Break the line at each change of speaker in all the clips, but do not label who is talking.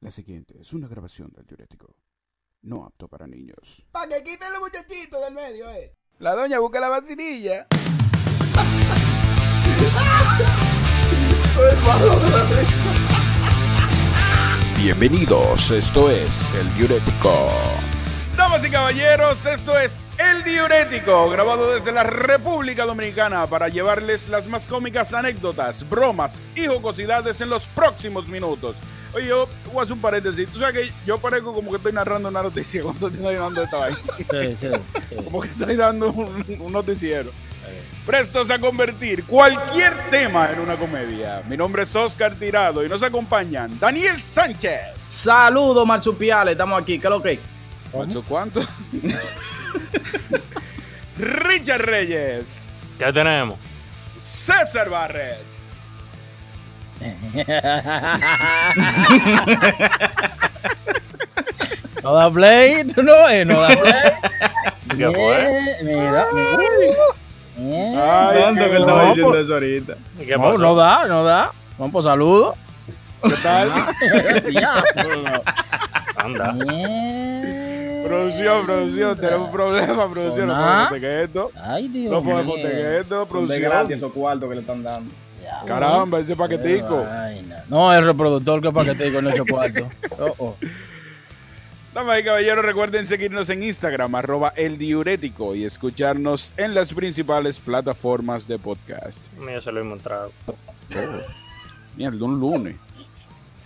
La siguiente es una grabación del diurético. No apto para niños.
Para que quiten los muchachitos del medio, eh.
La doña busca la vacinilla.
Bienvenidos, esto es El Diurético.
Damas y caballeros, esto es El Diurético, grabado desde la República Dominicana para llevarles las más cómicas anécdotas, bromas y jocosidades en los próximos minutos. Oye, yo voy a hacer un paréntesis. Tú sabes que yo parezco como que estoy narrando una noticia cuando te estoy dando esta vaina.
Sí, sí, sí.
Como que estoy dando un, un noticiero. Prestos a convertir cualquier tema en una comedia. Mi nombre es Oscar Tirado y nos acompañan Daniel Sánchez.
Saludos, marsupiales, estamos aquí, ¿qué es lo que?
¿Cuánto? ¿Cuánto? Richard Reyes.
¿Qué tenemos?
César Barret.
No da play, tú no ves, no da play.
¿Qué fue?
Eh, Mira, mira.
Ay,
Tanto
qué
que él
guapo.
estaba diciendo
eso ahorita.
¿Qué
No,
pasó?
no da, no da. Vamos, pues saludos.
¿Qué tal?
Ya.
Anda.
producción, producción, tenemos un problema, producción. No
Soná.
podemos tener esto.
Ay, Dios
No podemos
mío.
tener esto,
Son de gratis
producción.
esos cuartos que le están dando.
Ya.
Caramba, ese paquetico.
Qué vaina. No, el reproductor que paquetico en ese cuarto. Oh, oh.
Damas y caballeros, recuerden seguirnos en Instagram, arroba el diurético, y escucharnos en las principales plataformas de podcast.
Mío se lo he encontrado.
Mierda, un lunes.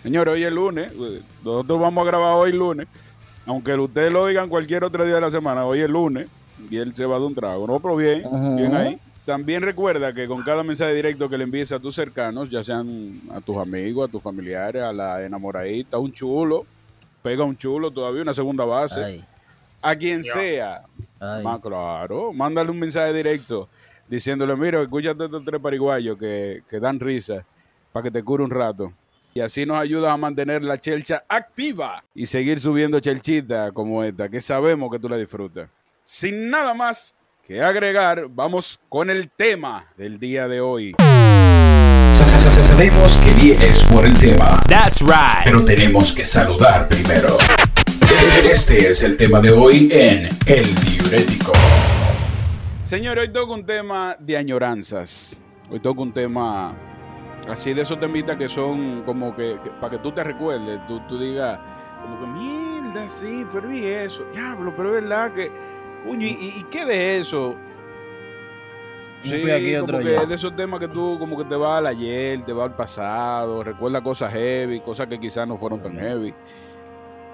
Señores, hoy es lunes. Nosotros vamos a grabar hoy lunes. Aunque ustedes lo oigan cualquier otro día de la semana, hoy es lunes. Y él se va de un trago. No, pero bien,
Ajá.
bien ahí. También recuerda que con cada mensaje directo que le envíes a tus cercanos, ya sean a tus amigos, a tus familiares, a la enamoradita, a un chulo, pega un chulo todavía, una segunda base,
Ay,
a quien
Dios.
sea,
ay.
Más Ah, claro, mándale un mensaje directo diciéndole, mira, escúchate estos tres pariguayos que, que dan risa para que te cure un rato. Y así nos ayudas a mantener la chelcha activa y seguir subiendo chelchitas como esta, que sabemos que tú la disfrutas. Sin nada más que agregar, vamos con el tema del día de hoy.
Sabemos que vienes por el tema. That's right. Pero tenemos que saludar primero. Este es el tema de hoy en El Diurético.
Señor, hoy toca un tema de añoranzas. Hoy toca un tema así de esos temitas que son como que, para que tú te recuerdes, tú, tú digas, como que mierda, sí, pero y eso, diablo, pero es verdad que, coño, ¿y, y- y qué de eso?
Un
Sí,
pie aquí,
como
otro
que
allá.
de esos temas que tú como que te va al ayer, te va al pasado, recuerda cosas heavy, cosas que quizás no fueron tan heavy.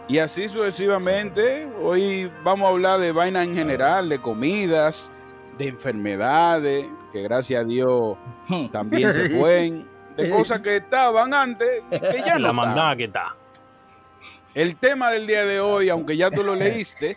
Y así sucesivamente, hoy vamos a hablar de vaina en general, de comidas, de enfermedades, que gracias a Dios
Hmm.
también se fueron, de cosas que estaban antes, que ya no
La
están.
mandada que está.
El tema del día de hoy, aunque ya tú lo leíste,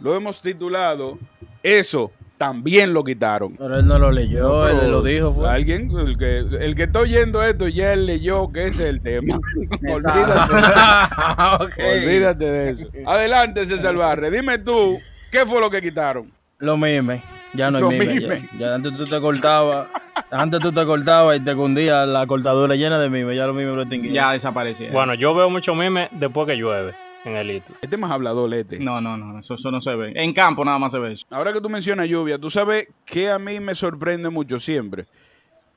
lo hemos titulado Eso también lo quitaron.
Pero él no lo leyó,
No, pero
él lo dijo. pues. Fue.
Alguien, el que, el que está oyendo esto, ya él leyó que ese es el tema. Olvídate,
Ah, ok.
olvídate de eso. Adelante, César Barre. Dime tú, ¿qué fue lo que quitaron?
Lo mismo, ya no
Lo
es mime.
mime.
Ya, ya antes tú te cortabas, antes tú te cortabas y te cundía la cortadura llena de mime, ya lo mime lo extinguí.
Ya desapareció.
Bueno, yo veo mucho meme después que llueve en el IT.
Este más hablador, este.
No, no, no, eso, eso no se ve. En campo nada más se ve eso.
Ahora que tú mencionas lluvia, tú sabes que a mí me sorprende mucho siempre.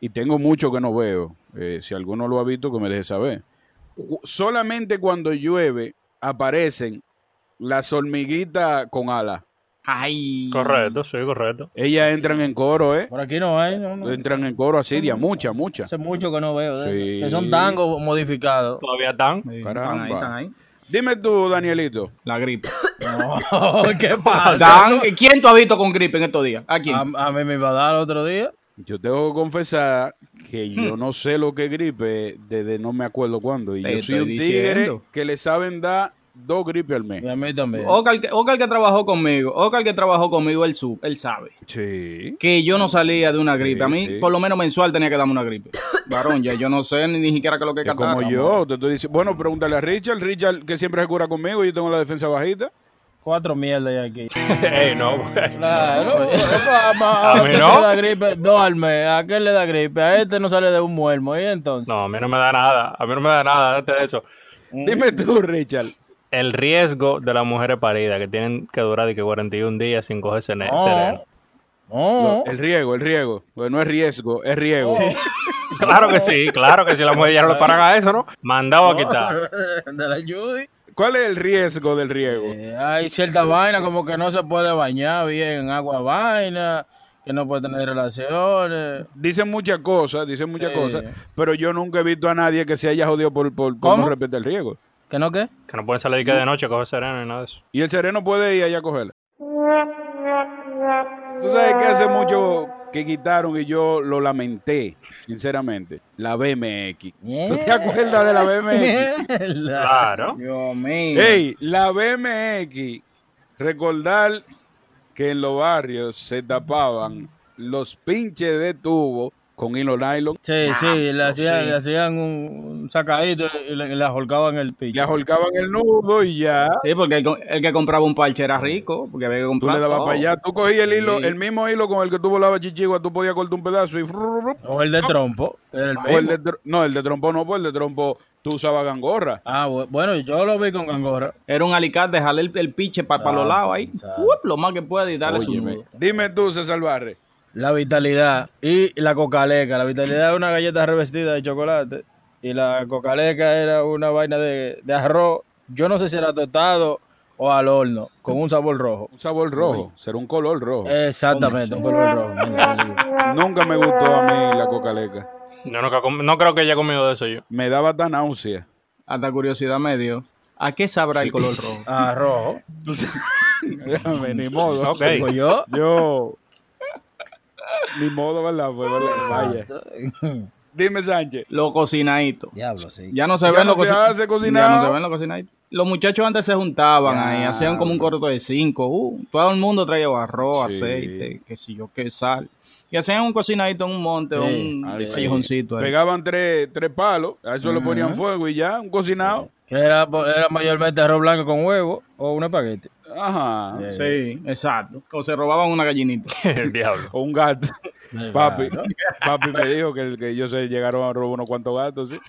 Y tengo mucho que no veo. Eh, si alguno lo ha visto, que me deje saber. Cu- Solamente cuando llueve aparecen las hormiguitas con alas.
Ay.
Correcto, sí, correcto.
Ellas entran en coro, ¿eh?
Por aquí no hay, no, no.
Entran en coro así, de a muchas, muchas.
Hace mucho que no veo de
Sí.
eso. Que son tangos modificados.
Todavía están.
Sí,
Caramba.
Están ahí, están ahí.
Dime tú, Danielito.
La gripe.
No, ¿qué pasa?
Dan- ¿Quién tú has visto con gripe en estos días? ¿A quién?
A, a mí me iba a dar otro día.
Yo tengo que confesar que yo no sé lo que es gripe desde no me acuerdo cuándo. Y
Hmm. Te
yo soy
estoy
un tigre
diciendo.
que le saben dar dos gripes al mes.
Y a mí también.
Oca el que, Oca el que trabajó conmigo, Oca el que trabajó conmigo, él, su- él sabe
Sí.
que yo no salía de una gripe. A
Sí, sí.
mí, por lo menos mensual, tenía que darme una gripe. Varón, ya yo no sé ni, ni siquiera qué es lo que es
Que como
catarro.
yo, te estoy diciendo. Bueno, pregúntale a Richard. Richard, que siempre se cura conmigo, yo tengo la defensa bajita.
Cuatro mierdas hay aquí.
Ah.
Ey, no, pues. güey.
Claro. a
A mí
este
no.
le da gripe, dos al mes. ¿A qué le da gripe? A este no sale de un muermo. ¿Y entonces?
No, a mí no me da nada. A mí no me da nada antes de eso.
Mm.
Dime tú, Richard.
El riesgo de las mujeres paridas que tienen que durar de que 41 días sin coger cene-
Oh.
No.
sereno.
No.
El riego, el riego. Pues no es riesgo, es riego.
Claro que sí, claro que sí, las mujeres ya no le paran a eso, ¿no? Mandado
Oh.
a quitar.
De la Judy.
¿Cuál es el riesgo del riego?
Eh, hay ciertas vainas como que no se puede bañar bien en agua vaina, que no puede tener relaciones.
Dicen muchas cosas, dicen muchas
Sí.
cosas, pero yo nunca he visto a nadie que se haya jodido por, por, por no
¿Cómo?
respetar el riego.
¿Que no qué?
Que no pueden salir de que de noche a coger sereno y nada de eso.
Y el sereno puede ir allá a cogerla. Tú sabes que hace mucho que quitaron y yo lo lamenté, sinceramente, la BMX. ¿No te acuerdas de la BMX?
Mierda.
Claro.
Dios mío.
Ey, la BMX. Recordar que en los barrios se tapaban los pinches de tubo con hilo nylon.
Sí,
Ah,
sí,
pues
le hacían, le hacían un, un sacadito y le, y le ahorcaban el
Le
picho.
ahorcaban el nudo y ya.
Sí, porque el, co- el que compraba un parche era rico, porque había que
Tú
comprar.
le dabas
todo.
para allá. Tú cogías el hilo,
Sí.
el mismo hilo con el que tú volabas chichigua, tú podías cortar un pedazo y... frurururu.
O el de trompo. que era el
O el
mismo.
de tr- no, el de trompo no, pues el de trompo tú usabas gangorra.
Ah, bu- bueno, yo lo vi con Gangorra.
Era un alicate, dejarle el, el piche para los lados ahí. Uep, lo más que puede y darle su
Óyeme,
nudo.
Dime tú, César Barre.
La vitalidad y la cocaleca. La vitalidad es una galleta revestida de chocolate. Y la cocaleca era una vaina de, de arroz. Yo no sé si era tostado o al horno, con un sabor rojo.
Un sabor rojo, será un color rojo.
Exactamente, un color rojo.
Nunca me gustó a mí la cocaleca.
Yo nunca com- no creo que haya comido de eso yo.
Me daba tan náusea.
Hasta curiosidad me dio. ¿A qué sabrá el color rojo?
Ah, rojo.
Déjame, ni modo.
Ok.
Digo yo.
Yo. Ni modo, ¿verdad? Pues, ¿verdad?
Ah,
Vaya. Dime, Sánchez.
Lo cocinadito.
Diablo, sí.
Ya no se
Ya
ven
no
los
se
cocin-
hace cocinado.
Ya no se ven los cocinaditos. Los muchachos antes se juntaban
Ya.
ahí, hacían como un corto de cinco. Uh, todo el mundo traía arroz,
Sí.
aceite, qué sé yo, qué sal. Y hacían un cocinadito en un monte,
Sí.
un
Ay, sí.
callejoncito. ahí.
Pegaban tres, tres palos, a eso le ponían fuego y ya, un cocinado.
Que era, era mayormente arroz blanco con huevo o un espagueti.
Ajá.
Sí, exacto. O se robaban una gallinita.
El diablo.
O un gato. Papi, papi me dijo que, que ellos se llegaron a robar unos cuantos gatos, sí.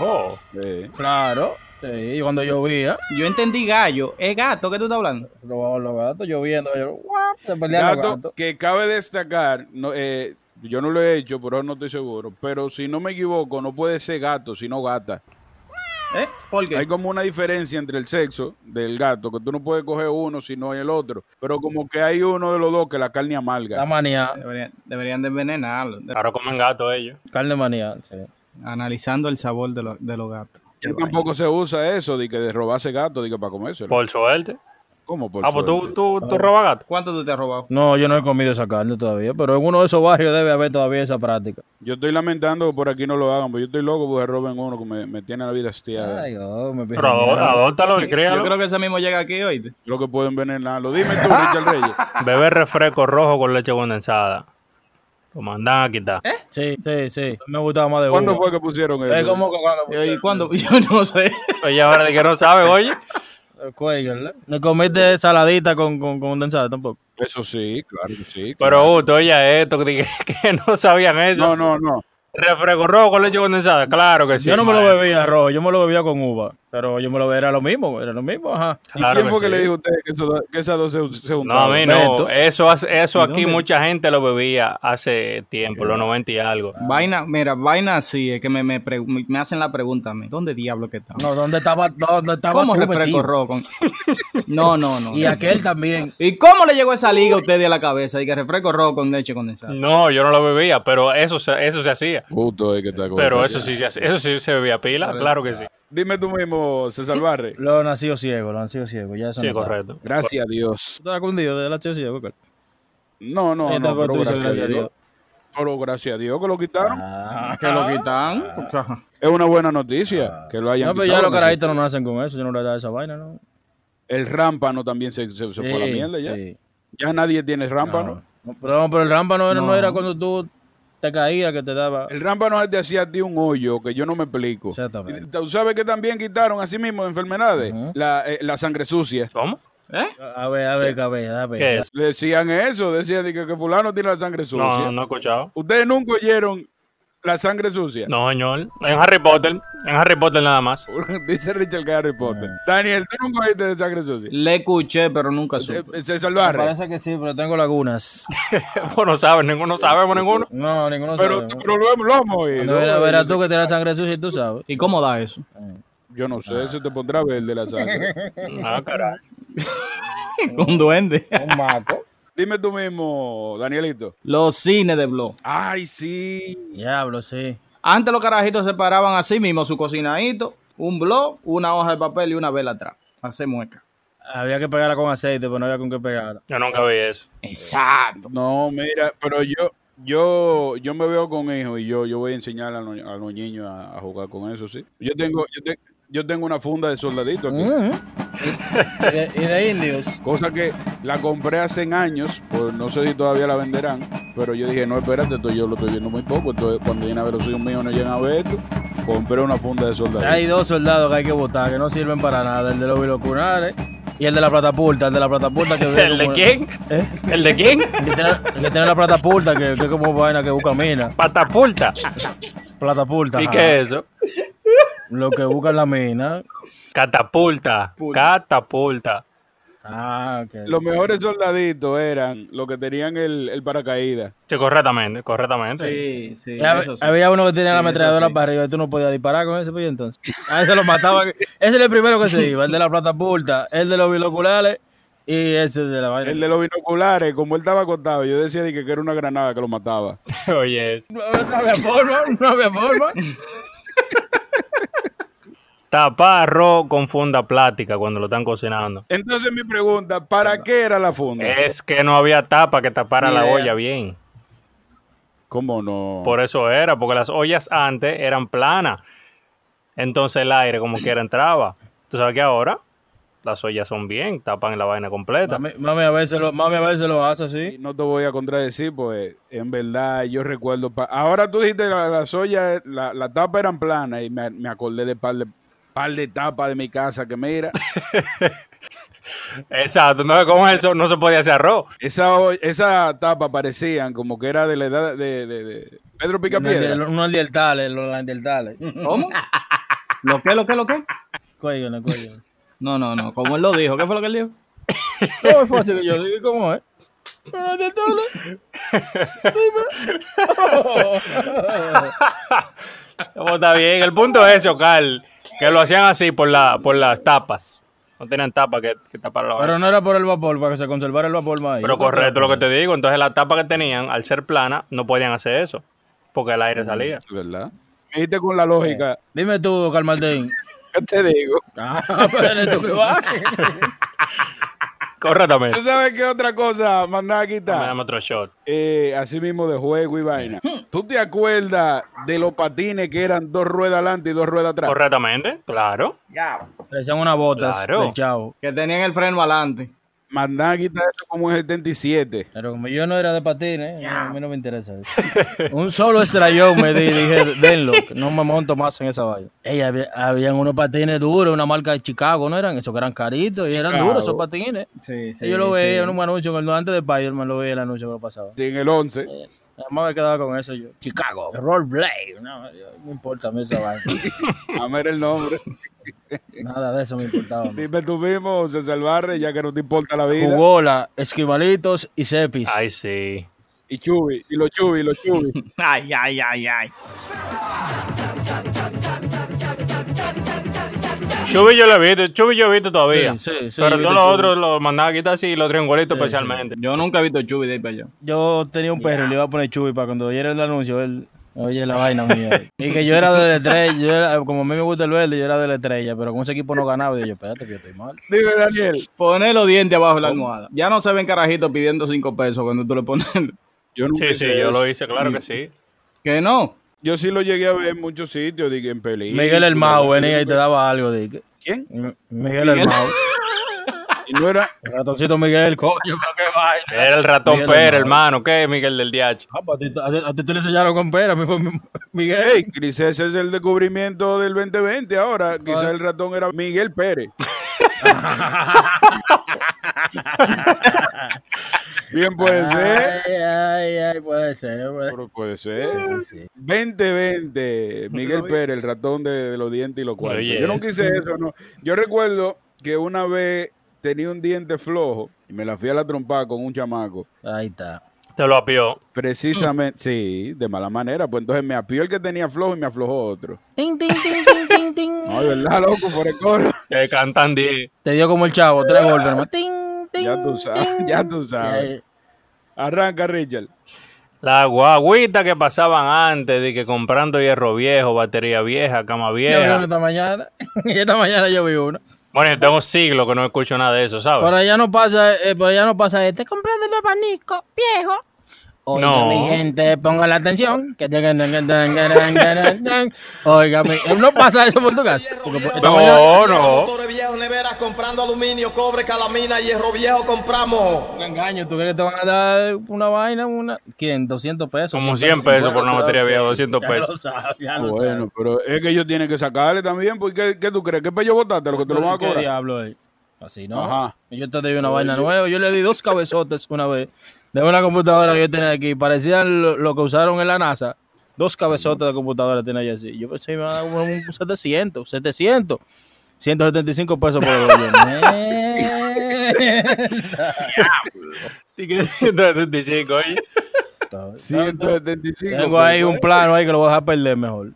Oh.
Sí.
Claro. Sí, cuando llovía,
Yo entendí gallo. Es gato, ¿qué tú estás hablando?
robaban los gatos, lloviendo, yo, ¡guap! se perdían los
Gato
gatos.
que cabe destacar, no, eh, yo no lo he hecho, por eso no estoy seguro, pero si no me equivoco, no puede ser gato, sino gata.
¿Eh? ¿Por qué?
Hay como una diferencia entre el sexo del gato, que tú no puedes coger uno sino el otro, pero como que hay uno de los dos que la carne
La
amarga.
manía,
Deberían, deberían de envenenarlo. De-
Ahora comen gato ellos.
carne manía, sí.
analizando el sabor de, lo- de los gatos.
Ya tampoco se usa eso de que de robarse gato, de que para comérselo.
Por suerte.
¿Cómo por
ah, pues tú,
suerte?
tú, tú robas gato.
¿Cuánto tú te has robado?
No, yo no he comido esa carne todavía, pero en uno de esos barrios debe haber todavía esa práctica.
Yo estoy lamentando que por aquí no lo hagan, pero yo estoy loco porque roben uno que me, me tiene la vida hastiada.
oh, me
Pero adó- adóptalo y
Yo
críalo.
creo que ese mismo llega aquí hoy.
Lo que puedo envenenarlo. Dime tú, Richard Reyes.
Beber refresco rojo con leche condensada. Lo mandan a quitar.
Sí, sí, sí. Me gustaba más de
¿Cuándo
uno.
fue que pusieron
Eh.
eso?
Es como que cuando
¿Y cuándo? Yo no sé.
Oye, ahora de que no sabe, oye.
cuelgan, eh, No comiste saladita con, con, con condensada tampoco.
Eso sí, claro que sí.
Pero, uh, tú oye esto, que, que no sabían eso.
claro. No, no, no.
Refresco rojo con leche condensada, claro que sí.
yo no me lo
madre.
bebía rojo, yo me lo bebía con uva. Pero yo me lo bebía, era lo mismo, era lo mismo, ajá.
¿Y
Claro
quién fue que,
sí.
le dijo a usted que, eso- que esas dos se, se
No, a
juntaban?
mí no.
Beto.
Eso, hace- eso aquí
dónde?
mucha gente lo bebía hace tiempo, los 90 y algo.
Vaina, mira, vaina así es que me, me, pre- me hacen la pregunta a mí. ¿Dónde diablo que está?
No, ¿dónde estaba, dónde estaba
¿Cómo
tú
refresco
metido?
rojo? con- No, no, no.
Y aquel también.
¿Y cómo le llegó esa liga a ustedes a la cabeza? Y que refresco rojo con leche condensada.
No, yo no lo bebía, pero eso, se- eso se hacía.
Justo es que está con
Pero
esa-
eso sí, se hacía- eso sí se bebía pila, claro que sí.
Dime tú mismo, César Barre.
Lo nació ciego, lo nació ciego, ya eso
Sí,
no está.
correcto.
Gracias a Dios.
¿Tú estás cundido de la ciego? Carl?
No, no,
Ahí
no,
está,
pero
tú dices
gracias, a Dios. Pero gracias a Dios que lo quitaron.
Ah,
Que lo quitan. O sea,
Es una buena noticia que lo hayan
No, pero ya
quitado.
los
no sé.
carajitos no nacen con eso, yo no le da esa vaina, ¿no?
El rámpano también se, se- se fue a la
Sí,
mierda ya.
sí.
Ya nadie tiene el rámpano.
No, pero, pero el rámpano era- no.
No.
era cuando tú te caías que te daba.
El rámpano te hacía a ti un hoyo que yo no me explico.
Exactamente.
Tú sabes que también quitaron así mismo enfermedades, la, eh, la sangre sucia.
¿Cómo?
Pues
¿Eh?
A ver, a ver, a ver, a ver.
¿Qué es?
Decían eso, decían de que, que fulano tiene la sangre sucia.
No, no he escuchado.
Ustedes nunca oyeron la sangre sucia.
No, señor. En Harry Potter. En Harry Potter nada más.
Dice Richard que Harry Potter.
Ah.
Daniel, tú nunca oíste de sangre sucia. Eh,
Le escuché, pero nunca supe.
Se, se
Me parece que sí, pero tengo lagunas. Pues
Vos Pues no sabes, ninguno sabe, vos ninguno.
No, ninguno
Pero,
sabe.
pero lo, lo hemos oído.
Cuando verás verás tú que te la sangre sucia y tú sabes.
¿Y cómo da eso?
Yo no sé, eso te pondrá verde la sangre.
pues
No, Ah, caray.
Un duende.
Un maco.
Dime tú mismo, Danielito.
Los cines de blog.
Ay, sí.
Diablo, sí.
Antes los carajitos se paraban así mismo, su cocinadito, un blog, una hoja de papel y una vela atrás. Hace mueca.
Había que pegarla con aceite, pero no había con qué pegarla.
Yo nunca vi eso.
Exacto.
No, mira, pero yo yo yo me veo con hijos y yo yo voy a enseñar a, los- a los niños a, a jugar con eso, sí. Yo tengo yo, te- yo tengo una funda de soldadito aquí,
¿Y de, y de indios?
cosa que la compré hace años, pues no sé si todavía la venderán, pero yo dije, no, espérate, esto yo lo estoy viendo muy poco, entonces cuando vienen a ver los hijos míos no llegan a ver esto, compré una funda de soldadito.
Hay dos soldados que hay que votar, que no sirven para nada. El de los bilocunares y el de la platapulta. El de la platapulta que...
¿El de quién?
¿Eh?
¿El de quién?
El que tiene, el que tiene la platapulta, que, que es como vaina que busca mina.
Patapulta.
Platapulta.
¿Y
ajá.
qué es eso?
Lo que busca la mina.
Catapulta. Catapulta.
Ah, ok.
Los mejores soldaditos eran los que tenían el, el paracaídas.
Sí, correctamente, correctamente.
Sí, sí.
Y hab-
eso sí.
Había uno que tenía la
Sí, eso
ametralladora
sí.
para arriba y tú no podías disparar con ese, pues entonces. A ese lo mataban. ese era el primero que se iba, el de la platapulta, el de los biloculares y ese de la vaina.
El de los binoculares, como él estaba acostado, yo decía de que que era una granada que lo mataba.
Oye, eso.
No, no había forma, no había forma.
Tapar arroz con funda plástica cuando lo están cocinando.
Entonces mi pregunta, ¿para qué era la funda?
Es que no había tapa que tapara
Ni
la
idea.
olla bien.
¿Cómo no?
Por eso era, porque las ollas antes eran planas. Entonces el aire como quiera entraba. Tú sabes que ahora las ollas son bien, tapan la vaina completa.
Mami, mami a veces lo, mami a veces lo hace
Y
así.
No te voy a contradecir, pues en verdad yo recuerdo... pa- Ahora tú dijiste la, las ollas, la, la tapa eran planas y me, me acordé de par de par de tapas de mi casa que mira,
Exacto, no, con eso no se podía hacer arroz.
esa, o- esa tapa parecían como que era de la edad de, de- de Pedro Picapiedra.
Unos deltales, los deltales.
¿Cómo? ¿Lo qué, lo qué, lo qué?
Cuello, no cuello.
No, no, no. Como él lo dijo. ¿Qué fue lo que él dijo?
¿Cómo fue así que yo digo? ¿Cómo es? Los deltales. Dime.
Bueno, está bien. El punto es, Ocar, que lo hacían así por, la, por las tapas. No tenían tapa que, que tapar la vaina.
Pero no era por el vapor, para que se conservara el vapor más ahí.
Pero correcto lo que te digo. Entonces la tapa que tenían, al ser plana, no podían hacer eso. Porque el aire salía.
¿Verdad? Me dijiste con la lógica,
Dime tú, Carmaldín.
¿qué te digo?
Ah, pero eres tú que vas.
¿Tú
Correctamente.
sabes qué otra cosa mandaba a quitar?
Eh. Dame otro shot.
eh, así mismo de juego y vaina.
Eh.
¿Tú te acuerdas de los patines que eran dos ruedas adelante y dos ruedas atrás?
Correctamente, claro.
Parecían unas botas
Claro.
del chavo.
Que tenían el freno adelante.
Mandaban a quitar eso como en el 77.
Pero como yo no era de patines, eh, a mí no me interesa eso. Un solo estrellón me di y dije, denlo, que no me monto más en esa vaina. Ey, había- habían unos patines duros, una marca de Chicago, ¿no eran? Esos que eran caritos y eran
Chicago.
duros esos patines.
Sí,
yo lo veía en un anuncio, cuando antes de Spider-Man lo veía el anuncio que lo pasaba.
Sí, en el 11.
Nada más me quedaba con eso yo. Chicago. Rollblade. No, yo- no importa a mí esa vaina.
A ver el nombre.
Nada de eso me importaba. a mí.
Dime tú mismo, César Barre, ya que no te importa la vida.
Jugola, esquivalitos y cepis.
Ay, sí.
Y Chubi, y los Chubi, los Chubi.
Ay, ay, ay, ay.
Chubi yo lo he visto, Chubi yo he visto todavía.
Sí, sí, sí, yo
pero
he
todos
visto
los
Chubby.
otros los mandaba a quitar así, los triangulitos especialmente.
Yo nunca he visto Chubby de ahí para allá.
Yo tenía un perro y le iba a poner Chubby para cuando oyera el anuncio, él oye la vaina mía. Y que yo era de la estrella, yo era- como a mí me gusta el verde, yo era de la estrella, pero con ese equipo no ganaba. Y yo, espérate que yo estoy mal.
Dime, Daniel.
Poner los dientes abajo de la almohada. Ya no se ven carajitos pidiendo cinco pesos cuando tú le pones.
Yo nunca
Sí,
hice
sí, yo
eso.
lo hice, claro que sí.
Que no.
Yo sí lo llegué a ver en muchos sitios, dije, en películas.
Miguel el Mau venía y te daba algo, dije.
¿Quién?
M- Miguel el Mau.
Y no era...
El Ratoncito Miguel, coño, pero qué vaina.
Era el ratón
Miguel
Pérez,
del
hermano, ¿qué? Miguel del DH.
Ah, pues a ti- a ti- a ti tú le enseñaron con pera, a mí fue mi- Miguel.
Hey, quizás ese es el descubrimiento del 2020 ahora. Quizás el ratón era Miguel Pérez. Bien
Ah.
puede ser.
Ay, ay, ay, puede ser. puede-
Pero puede ser.
Sí.
2020, Miguel Pérez, el ratón de, de los dientes y los cuartos.
Oye,
Yo no quise eso, no. Yo recuerdo que una vez tenía un diente flojo y me la fui a la trompada con un chamaco.
Ahí está.
Te lo apió.
Precisamente, sí, de mala manera. Pues entonces me apió el que tenía flojo y me aflojó otro. No, de verdad, loco, por el coro.
Que cantan 10.
Te dio como el chavo, tres golpes. hermano. Ting, ting,
Ya tú sabes, ya tú
ting.
sabes. Arranca, Richard.
La guaguita que pasaban antes, de que comprando hierro viejo, batería vieja, cama
Yo vi
vieja.
uno esta mañana. Y esta mañana yo vi uno.
Bueno, yo tengo siglos que no escucho nada de eso, ¿sabes?
Por allá no pasa, eh, por allá no pasa, eh, te compraste el abanico, viejo. Oiga,
No.
mi gente, ponga la atención. que tengan, tengan, tengan, tengan, tengan. Oiga, mi- eh, no pasa eso por tu casa. porque eh, por- esta mañana-
No, no.
Motores viejos, neveras, comprando aluminio, cobre, calamina, hierro viejo, compramos.
Un engaño, ¿tú crees que te van a dar una vaina? Una... ¿Quién? 200 pesos.
Como
100
100 pesos por una
Claro,
materia
sí,
vieja, 200
ya
pesos.
lo sabes, ya lo
Bueno, pero es que ellos tienen que sacarle también. porque ¿Qué, qué tú crees? ¿Qué pello votaste? ¿Lo que te lo van a
¿Qué
cobrar?
diablo es? Así no.
Ajá.
Yo te di una vaina nueva. Yo le di dos cabezotes una vez de una computadora que yo tenía aquí. Parecían lo, lo que usaron en la NASA. Dos cabezotes de computadora tenía yo así. Yo pensé que me iba a dar como un 700, 700. 175 pesos por el
Sí, que 135, oye.
175.
Tengo ahí
pesos.
un plano ahí que lo voy a dejar perder mejor.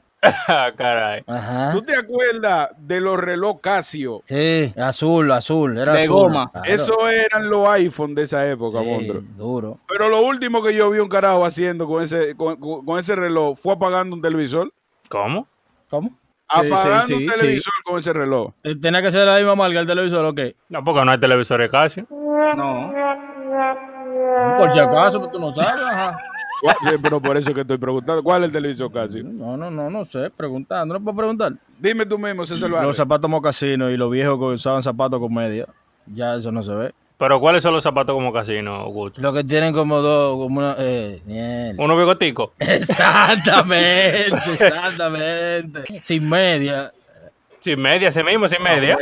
Ah, Caray.
Ajá.
¿Tú te acuerdas de los reloj Casio?
Sí, azul, azul. Era
De
azul.
goma.
Claro.
Esos eran los iPhone de esa época,
Sí,
Mondro.
duro.
Pero lo último que yo vi un carajo haciendo con ese, con, con- con ese reloj fue apagando un televisor.
¿Cómo?
¿Cómo?
Sí, sí,
Apagando
sí,
un
sí.
televisor con ese reloj.
Eh, Tenía que ser la misma marca el televisor, ¿o qué?
No, porque no hay televisores casi.
No.
Por si acaso, pues tú no sabes, ajá.
Guau, sí, eh, Pero por eso es que estoy preguntando. ¿Cuál es el televisor Casio?
No, no, no, no sé, preguntando, no puedo preguntar.
Dime tú mismo, César
Los
Barres.
zapatos mocasinos y los viejos que usaban zapatos con media, ya eso no se ve.
Pero ¿cuáles son los zapatos como casino, Gusto?
Los que tienen como dos, como una, eh, miel.
Uno bigotico.
Exactamente, exactamente. Sin media.
Sin media, ese mismo,
Ah,
sin media.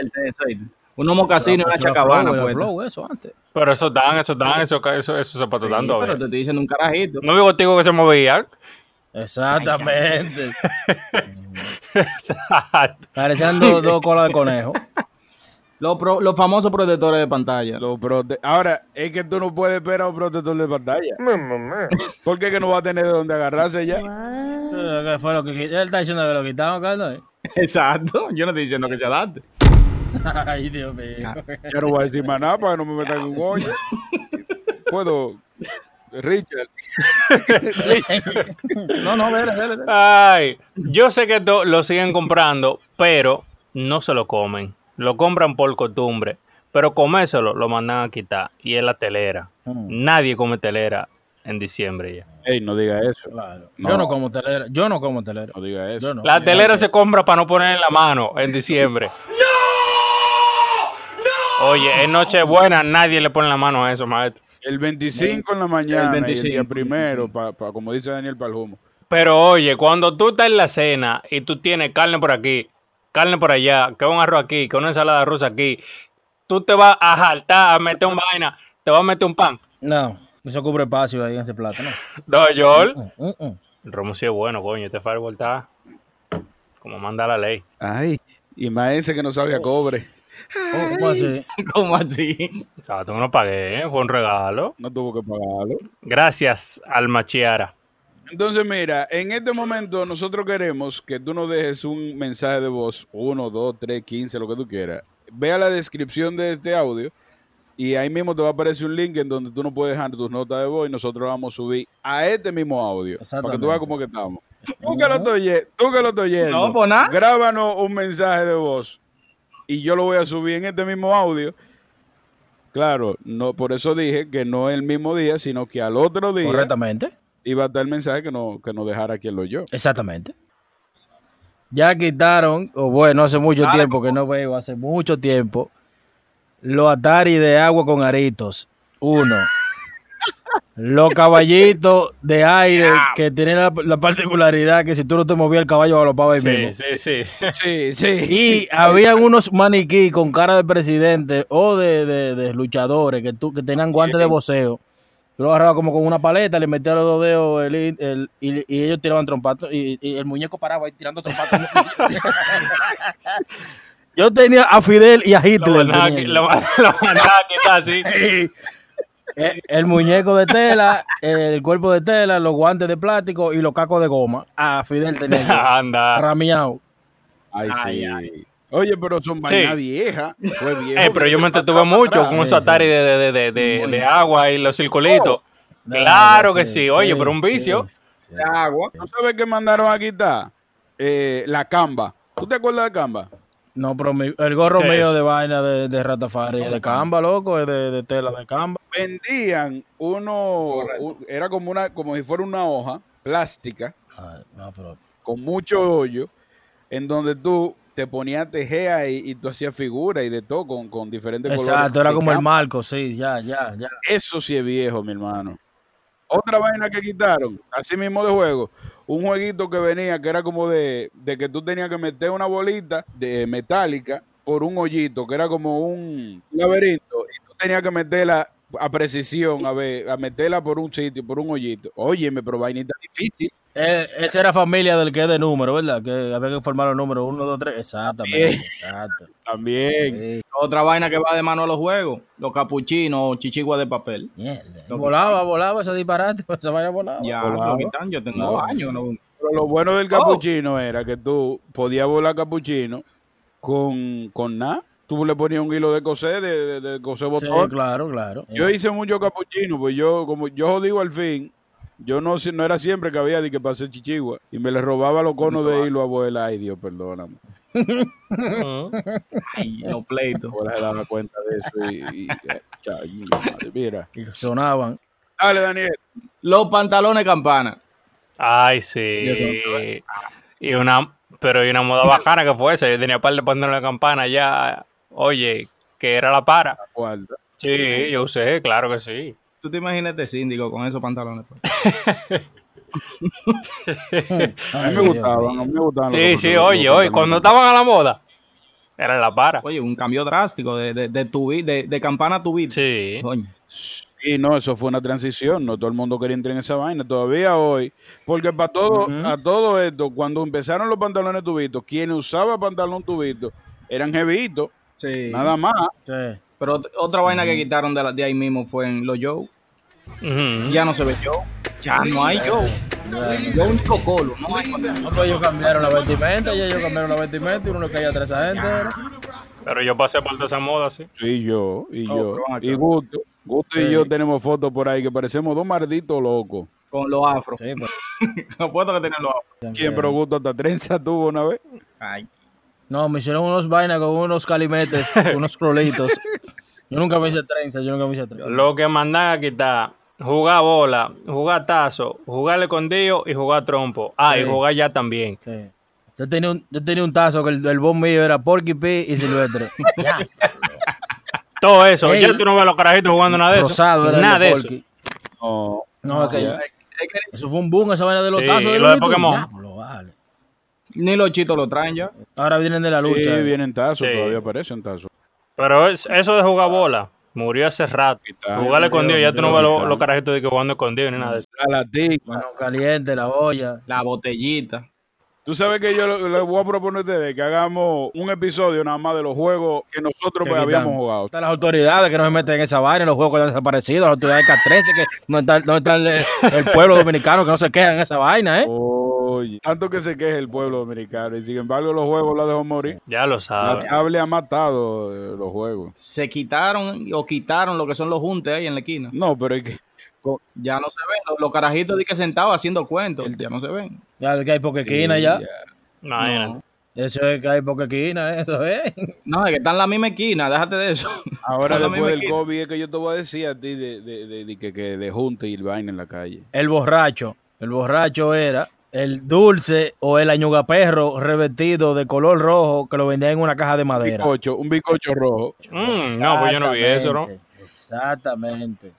Unos mocasinos y una
Eso era
chacabana,
flow, era
pues.
flow eso antes.
Pero esos dan, esos dan, esos, esos, esos zapatos
Sí,
dan doble.
pero te estoy diciendo un carajito.
No bigotico que se movían.
Exactamente.
Exacto.
Parecían dos, dos colas de conejo.
Los, pro- los famosos protectores de pantalla.
Los prote- Ahora, es que tú no puedes esperar a un protector de pantalla. Porque es que no va a tener de dónde agarrarse ya.
¿Qué fue lo que quit- él está diciendo que lo quitaron, Carlos? ¿eh?
Exacto. Yo no estoy diciendo que se adapte.
Ay, Dios mío.
Yo no voy a decir más nada para que no me metan en un hoyo. Puedo. Richard.
No, no, vele, vele. vele.
Ay, yo sé que esto lo siguen comprando, pero no se lo comen. Lo compran por costumbre. Pero comérselo lo mandan a quitar. Y es la telera.
Mm.
Nadie come telera en diciembre ya.
Ey, no diga eso.
Claro.
No.
Yo no como telera, yo no como telera.
No diga eso.
Yo no.
La telera se compra para no poner en la mano en diciembre. Oye, en Nochebuena nadie le pone la mano a eso, maestro.
El 25 en la mañana,
El
y el día
25,
primero, pa- pa- como dice Daniel Palhumo.
Pero oye, cuando tú estás en la cena y tú tienes carne por aquí, carne por allá, que un arroz aquí, que una ensalada rusa aquí, tú te vas a jaltar, a meter una vaina, te vas a meter un pan.
No, eso cubre espacio ahí en ese plato, ¿no?
No, Joel.
Mm, mm.
El romo sí es bueno, coño, este fireball está como manda la ley.
Ay, y más ese que no sabe a cobre.
Oh, ¿Cómo así?
¿Cómo así?
O sea, tú no lo pagué, ¿eh? fue un regalo.
No tuvo que pagarlo.
Gracias, Alma Chiara.
Entonces, mira, en este momento nosotros queremos que tú nos dejes un mensaje de voz, 1, 2, 3, 15, lo que tú quieras. Ve a la descripción de este audio y ahí mismo te va a aparecer un link en donde tú nos puedes dejar tus notas de voz y nosotros vamos a subir a este mismo audio. Para que tú
Exactamente.
veas cómo que estamos. Tú que lo estás oye- tú que lo estás oyendo,
No, pues nada.
Grábanos un mensaje de voz y yo lo voy a subir en este mismo audio. Claro, no, por eso dije que no el mismo día, sino que al otro día
Correctamente.
iba a estar el mensaje que no, que no dejara quien lo oyó.
Exactamente. Ya quitaron, o bueno, hace mucho tiempo que no veo, hace mucho tiempo, los Atari de agua con aritos. Uno. Los caballitos de aire que tienen la, la particularidad que si tú no te movías el caballo galopaba ahí mismo.
Sí, sí,
Sí,
sí.
sí.
Y habían unos maniquí con cara de presidente o de, de- de luchadores que, tú, que tenían guantes de boxeo. Yo lo agarraba como con una paleta, le metía los dos dedos el- el- y, y ellos tiraban trompatos. Y, y el muñeco paraba ahí tirando trompatos. Yo tenía a Fidel y a
Lo
Hitler.
mandaba
tenía
aquí-
yo.
lo ma- lo mandaba aquí, está así.
el, Eh, el muñeco de tela, el cuerpo de tela, los guantes de plástico y los cacos de goma. A Fidel tenía yo,
Anda.
ramiao.
Ay, sí. Oye, pero son vaina
Sí.
vieja. Fue viejo.
Eh, pero yo me entretuve mucho con esos Atari de, de, de, de- de agua y los circulitos. Claro que sí. Oye, pero un vicio.
Agua.
¿Tú sabes qué mandaron a quitar? Eh, la camba. ¿Tú te acuerdas de camba?
No, pero mi- el gorro
¿Qué
mío
es?
de vaina de, de Ratafari es de camba, loco, es de, de tela de camba.
Vendían uno, u- era como una, como si fuera una hoja plástica
no, pero...
con mucho hoyo, en donde tú te ponías a tejer ahí y tú hacías figuras y de todo con, con diferentes colores.
Exacto, era
de
como el
camba.
marco, sí, ya, ya, ya.
Eso sí es viejo, mi hermano. Otra vaina que quitaron, así mismo de juego, un jueguito que venía que era como de, de que tú tenías que meter una bolita de metálica por un hoyito, que era como un laberinto, y tú tenías que meterla a precisión, a ver, a meterla por un sitio, por un hoyito. Óyeme, pero vainita difícil.
Eh, esa era familia del que es de número, ¿verdad? Que había que formar los números, uno, dos, tres. Exactamente,
Bien.
exacto.
También.
Otra vaina que va de mano a los juegos. Los capuchinos o chichiguas de papel.
Mierda. Volaba, volaba ese disparate, esa vaina volaba.
Ya,
Claro.
lo quitan. Yo tengo
No.
años. no-
Pero lo bueno del capuchino era que tú podías volar capuchino con, con nada. Tú le ponías un hilo de coser, de, de, de coser
Sí,
botón.
claro, claro.
Yo hice mucho capuchino, pues yo, como yo digo al fin, yo no, si- no era siempre que había de que pasé chichigua y me le robaba los conos de hilo a abuela. Ay, Dios, perdóname.
Ujú.
Ay, los pleitos.
Ahora se daba cuenta de eso y. y- cha- y madre, mira.
Y sonaban.
Dale, Daniel.
Los pantalones campana.
Ay, sí. Y una, pero y una moda bacana que fue esa. Yo tenía par de pantalones de campana ya. Oye, que era la para.
Guarda.
Sí, yo sé, claro que sí.
¿Tú te imaginas este síndico con esos pantalones? pues?
A mí me
Ay,
gustaban, a mí me gustaban.
Sí,
los-
sí,
los-
oye,
los
oye,
pantalones.
cuando estaban a la moda, era la para.
Oye, un cambio drástico de, de, de tu vi- de, de campana a tu vida.
Sí.
Coño.
Sí, no, eso fue una transición. No todo el mundo quería entrar en esa vaina todavía hoy. Porque para todo, a todo esto, cuando empezaron los pantalones tubitos, quien usaba pantalón tubito eran jevitos,
Sí.
nada más.
Sí.
Pero ot- otra vaina que quitaron de, la- de ahí mismo fue en los Joe.
Ujú.
Ya no se ve Joe. Ya no hay Joe. Yo único colo. No hay
No, pero ellos cambiaron la vestimenta, ya ellos cambiaron la vestimenta y uno le caía atrás a esa gente. era.
Pero yo pasé por toda esa moda, sí.
Sí, yo, y
No,
yo.
pero van acá.
Y Gusto. Gusto y yo tenemos fotos por ahí que parecemos dos malditos locos.
con los afros.
Sí, pues.
No puedo que tener los afros.
¿Quién pero Gusto hasta trenza tuvo una vez?
Ay.
No, me hicieron unos vainas con unos calimetes, unos crolitos. Yo nunca me hice trenza, yo nunca me hice trenza.
Lo que mandaban a quitar, jugar bola, jugar tazo, jugar escondido y jugar trompo. Ah, y
Sí.
jugar ya también.
Sí. Yo tenía un, yo tenía un tazo que el, el bombillo mío era Porky Pig y Silvestre. Ya,
Todo eso.
Ey.
Ya tú no ves a los carajitos jugando nada de eso.
Rosado era el
nada
de
de eso.
Porky.
No.
No, es que
Ay, es que
eso fue un boom, esa vaina de los
Sí,
tazos.
y
de
lo de
Looney Tunes.
Pokémon.
Diablo, vale.
Ni los chitos lo traen ya.
Ahora vienen de la
Sí,
lucha. eh.
vienen tazos,
Sí.
todavía aparecen tazos.
Pero es- eso de jugar bola murió hace rato. Jugar escondido, ya tú no ves a los, los carajitos de que jugando escondido ni nada de eso.
A la tica.
Mano caliente, la olla.
La botellita.
Tú sabes que yo lo- le voy a proponer a ustedes que hagamos un episodio nada más de los juegos que nosotros pues,
Que quitan.
habíamos jugado.
Están las autoridades que no se meten en esa vaina, los juegos que han desaparecido, las autoridades castrenses que no están, no están el, el pueblo dominicano que no se quejan en esa vaina, ¿eh?
Oye, tanto que se queje el pueblo dominicano y sin embargo los juegos la dejó morir.
Ya lo
La
sabes.
diable ha matado eh, los juegos.
Se quitaron o quitaron lo que son los juntes ahí en la esquina.
No, pero es que
Ya no se ven. Los, los carajitos de que sentados haciendo cuentos. Ya no se ven.
Ya de que hay poquequina ya.
Imagínate.
Eso es que hay poquequina, ¿eh? eso es.
No, es que están en la misma esquina. Déjate de eso.
Ahora
Con la
después
misma
del
esquina.
COVID es que yo te voy a decir a ti de, de- de- de que, que de junta y el vaina en la calle.
El borracho. El borracho era el dulce o el añugaperro revestido de color rojo que lo vendían en una caja de
Un
madera.
bicocho, un bicocho rojo.
Mm, no, pues yo no vi eso, ¿no?
Exactamente.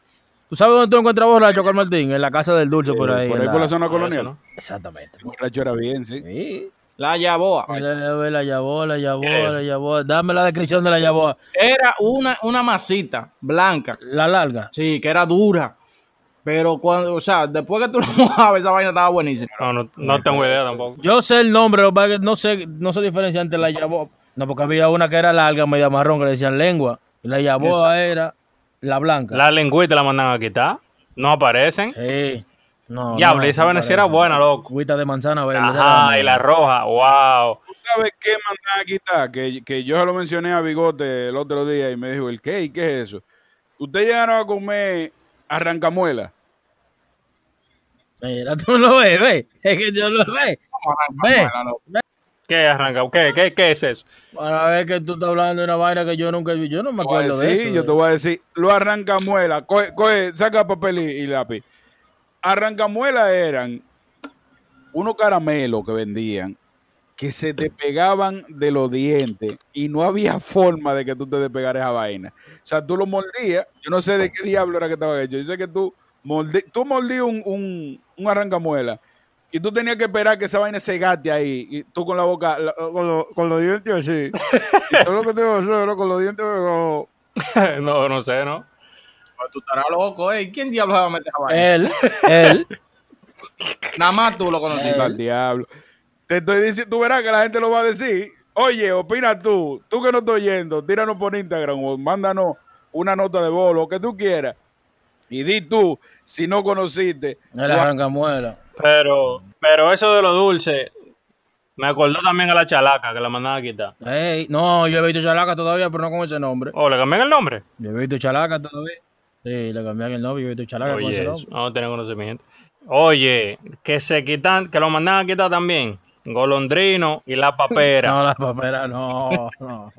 ¿Tú sabes dónde tú encuentras borracho a Chocar Martín? En la casa del dulce, por ahí.
por
en
ahí por la zona colonial.
eso, ¿no?
Exactamente.
Borracho era bien, sí.
Sí.
La Yaboa.
La, la, la yaboa, la yaboa, la yaboa. Dame la descripción de la yaboa.
Era una, una masita blanca.
La larga.
Sí, que era dura. Pero cuando, o sea, después que tú la mojabas, esa vaina estaba buenísima.
No, no, no tengo idea tampoco.
Yo sé el nombre, lo que pasa es que no sé, no sé diferencia entre la yaboa. No, porque había una que era larga, media marrón, que le decían lengua. Y la yaboa era la blanca.
La lengüita la mandan a quitar. No aparecen.
Sí. No,
Diablo,
no,
esa
no
vaina sí era
parece.
buena, loco.
Agüita de manzana verde.
Ajá, y la roja. Wow.
¿Tú sabes qué mandan a quitar? Que, que yo se lo mencioné a Bigote el otro día y me dijo, ¿el qué? ¿Y qué es eso? Ustedes llegaron a comer arrancamuela.
Mira, tú lo ves, ve. Es que yo lo ve. Ve.
¿Qué arranca? ¿Qué, qué, qué es eso?
Para ver que tú estás hablando de una vaina que yo nunca vi. Yo no me
Pues
Te voy a
acuerdo de
decir,
eso.
yo
ve.
te voy a decir, lo arrancamuela. Coge, coge, saca papel y, y lápiz. Arrancamuela eran unos caramelos que vendían que se te pegaban de los dientes y no había forma de que tú te despegaras esa vaina. O sea, tú lo mordías, yo no sé de qué diablo era que estaba hecho. Yo sé que tú mordí, tú mordías un, un, un arrancamuela y tú tenías que esperar que esa vaina se gate ahí y tú con la boca, la- con, lo- con los dientes así. Y todo lo que te digo, yo era con los dientes como-
no, no sé, ¿no?
Pues Tú estarás loco, ¿eh? ¿Quién diablos va a meter esa vaina?
Él, él.
Nada más tú lo conociste.
Anda eh, al diablo. Te estoy diciendo, tú verás que la gente lo va a decir. Oye, opina tú, tú que no estoy oyendo, tíranos por Instagram o mándanos una nota de voz, lo que tú quieras. Y di tú, si no conociste.
Él arranca muela.
Pero, pero eso de lo dulce, me acordó también a la chalaca que la mandaban a quitar.
Ey, no, yo he visto chalaca todavía, pero no con ese nombre.
Oh, le cambian el nombre.
Yo he visto chalaca todavía. Sí, le cambiaron el nombre, yo he visto chalaca con ese
Oye, eso,
nombre.
no tenía conocimiento. Oye, que se quitan, que lo mandaban a quitar también. Golondrino y la papera.
No, la papera, no, no.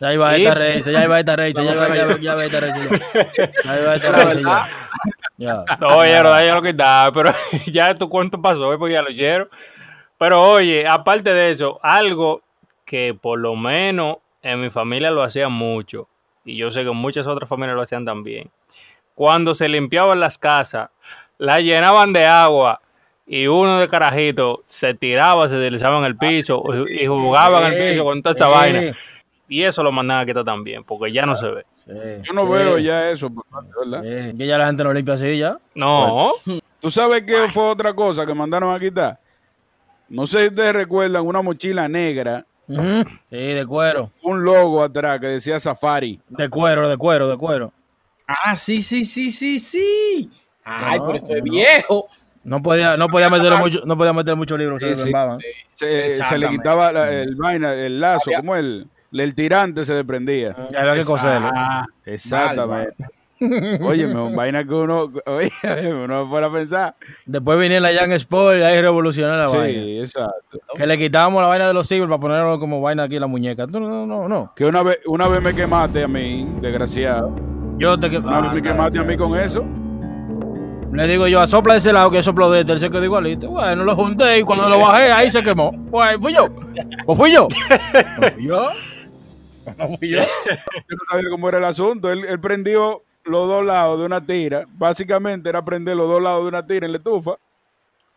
Ya iba
Sí.
esta recha, ya iba esta recha, ya iba, ya, ya iba esta recha. Ya, Ya iba esta recha, ya. Ya.
Oye, pero ya lo quitaba, pero ya tu cuento pasó, eh, porque ya lo oyeron. Pero oye, aparte de eso, algo que por lo menos en mi familia lo hacían mucho, y yo sé que muchas otras familias lo hacían también, cuando se limpiaban las casas, las llenaban de agua y uno de carajito se tiraba, se deslizaba en el piso y y jugaba en el piso con toda esa
Sí,
vaina. Y eso lo mandaban a quitar también, porque ya no se ve.
sí,
Yo no
sí,
veo ya eso, por parte, ¿verdad?
sí. Que ya la gente no limpia así, ya.
No,
¿Tú sabes qué fue otra cosa que mandaron a quitar? No sé si ustedes recuerdan una mochila negra,
Ujú. Sí, de cuero.
un logo atrás que decía Safari.
De cuero, de cuero, de cuero.
Ah, sí, sí, sí, sí, sí. Ay,
No,
pero esto es
no.
viejo.
No podía, no podía meterle mucho, no podía meterle mucho libro, se
Sí,
lo
sí,
tumbaban. Mm.
Se, se le
Exactamente.
quitaba la- el vaina, el lazo, como el, el tirante se desprendía.
Ya había que coserlo.
Ah, exactamente. Oye, me vaina que uno, oye, uno fuera a pensar.
Después vinieron la Young Sport y ahí revolucionó la vaina.
Sí, exacto.
Que le quitábamos la vaina de los cibers para ponerlo como vaina aquí en la muñeca. No, no, no, no.
Que una vez, una vez me quemaste a mí, desgraciado.
Yo te que- Ah,
Una vez me quemaste a mí con eso.
le digo yo, asopla de ese lado que yo soplo de este, él se quedó igualito. Bueno, lo junté y cuando lo bajé, ahí se quemó. Pues fui yo. Pues fui yo. Pues fui yo.
Yo no sabía cómo era el asunto. Él, él prendió los dos lados de una tira. Básicamente era prender los dos lados de una tira en la estufa.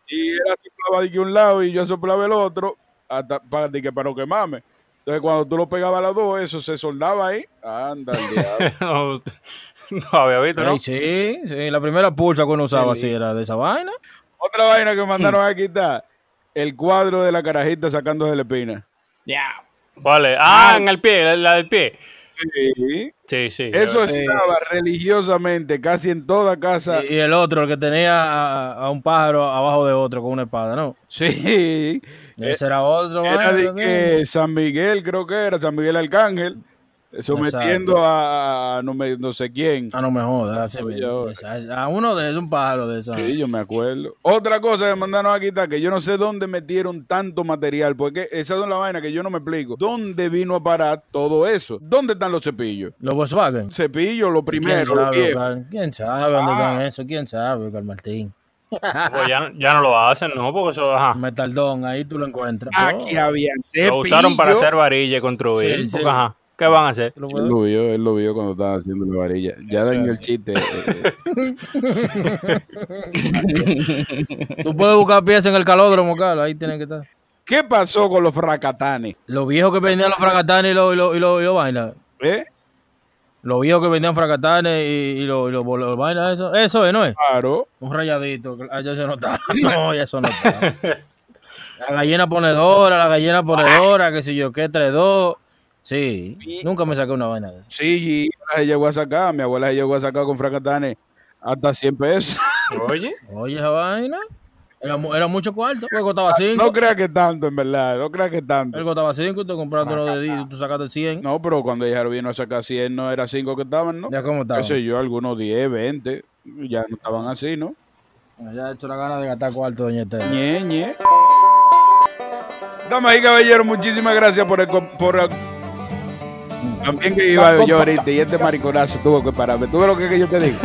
Y él soplaba de que un lado y yo soplaba el otro hasta para, de que para no quemarme. Entonces cuando tú lo pegabas a las dos, eso se soldaba ahí. Anda, el diablo.
no, había visto, ¿no?
Ey, sí, sí, la primera pulsa que uno usaba así era de esa vaina.
Otra vaina que mandaron a quitar. El cuadro de la carajita sacándose la espina.
Ya.
Vale. Ah, en el pie, la, la del pie.
Sí.
Sí, sí.
Eso estaba religiosamente casi en toda casa.
Y, y el otro, el que tenía a, a un pájaro abajo de otro con una espada, ¿no?
Sí.
Ese era otro,
Eh, Era de
vaina,
que San Miguel, creo que era, San Miguel Arcángel, sometiendo a, a no, me- no sé quién.
Ah, no me jodas. así
Oye,
mismo.
ahora.
Esa- esa- A uno de esos, un pájaro de esa.
Sí, yo me acuerdo. Otra cosa que mandaron a quitar, que yo no sé dónde metieron tanto material, porque esa es la vaina que yo no me explico. ¿Dónde vino a parar todo eso? ¿Dónde están los cepillos?
Los Volkswagen.
Cepillos, lo
¿Quién
primero, lo
sabe,
viejo. Ah.
Oscar? ¿Quién sabe dónde están eso? ¿Quién sabe, Oscar Martín?
Pues ya, ya no lo hacen, ¿no? Porque eso, ajá.
Metaldón, ahí tú lo encuentras.
Ah, Aquí habían
Lo usaron para
cepillos.
hacer varilla y construir.
Sí,
porque,
sí.
ajá. ¿Qué van a hacer?
¿Lo
Él
puedo?
lo vio, él lo vio cuando estaba haciendo la varilla. Ya dañó el chiste. eh,
Tú puedes buscar piezas en el calódromo, Carlos. Ahí tienen que estar.
¿Qué pasó con los fracatanes?
Los viejos que vendían los fracatanes y los y los- y los- y los vainas.
¿Eh?
Los viejos que vendían fracatanes y, y los y los- los vainas, eso. Eso es, ¿no es?
Claro.
Un rayadito. Ah, ya eso no está. No, ya eso no está. La gallina ponedora, la gallina ponedora, qué sé yo, qué, 3-2. Sí, nunca me saqué una vaina de eso.
Sí, y se llegó a sacar. Mi abuela se llegó a sacar con fracatanes hasta 100 pesos.
Oye,
Oye, esa vaina. Era, mu- era mucho cuarto. Él costaba 5.
Ah, No creas que tanto, en verdad. No creas que
Él
tanto.
costaba 5, tú compraste uno de 10 y tú sacaste el 100.
No, pero cuando ella vino a sacar 100, no era 5 que estaban, ¿no?
Ya cómo estaba.
Qué sé yo, algunos 10, 20. Ya no estaban así, ¿no?
Ya he hecho la gana de gastar cuarto, doña Estela.
Ñe, Ñe. Damas y caballeros, muchísimas gracias por... el com- por el- También que iba yo ahorita y este mariconazo tuvo que pararme. ¿Tú ves lo que, que yo te digo?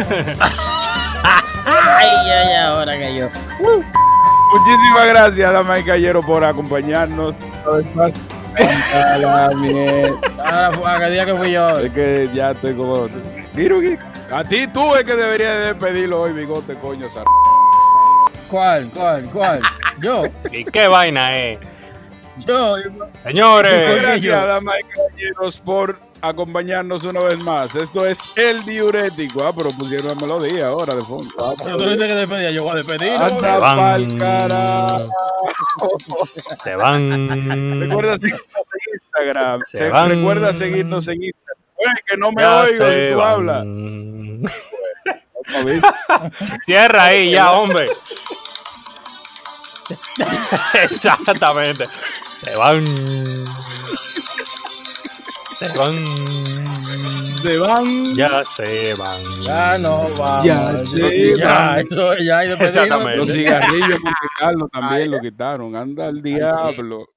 Ay, ay, ahora que yo.
Muchísimas gracias, damas y caballeros, por acompañarnos. A la mierda.
Ahora fue, ¿a qué día que fui yo?
Es que ya estoy como... Giro, giro. A ti tú es que deberías de pedirlo hoy, bigote, coño, zar-
¿Cuál, cuál, cuál? Yo,
¿y qué vaina es?
yo.
Señores.
Gracias, damas y caballeros, por acompañarnos una vez más. Esto es El Diurético. Ah, pero pusieron la melodía ahora de fondo. Ah,
Pero tú no que despedía, yo voy a despedir.
Anda
Se van.
pa'l carajo.
Se van.
Recuerda seguirnos en Instagram.
Se
Se-
van.
recuerda seguirnos en Instagram. Oye, que no me
Ya
oigo
se
si tú
van.
hablas.
Cierra ahí ya, hombre. Exactamente. Se van. Se van.
Se van.
Ya se van.
Ya Ah, no vamos.
Ya, sí,
ya, eso, ya, y despedirnos.
Exactamente.
Los cigarrillos Monte Carlo también lo quitaron. Anda al diablo.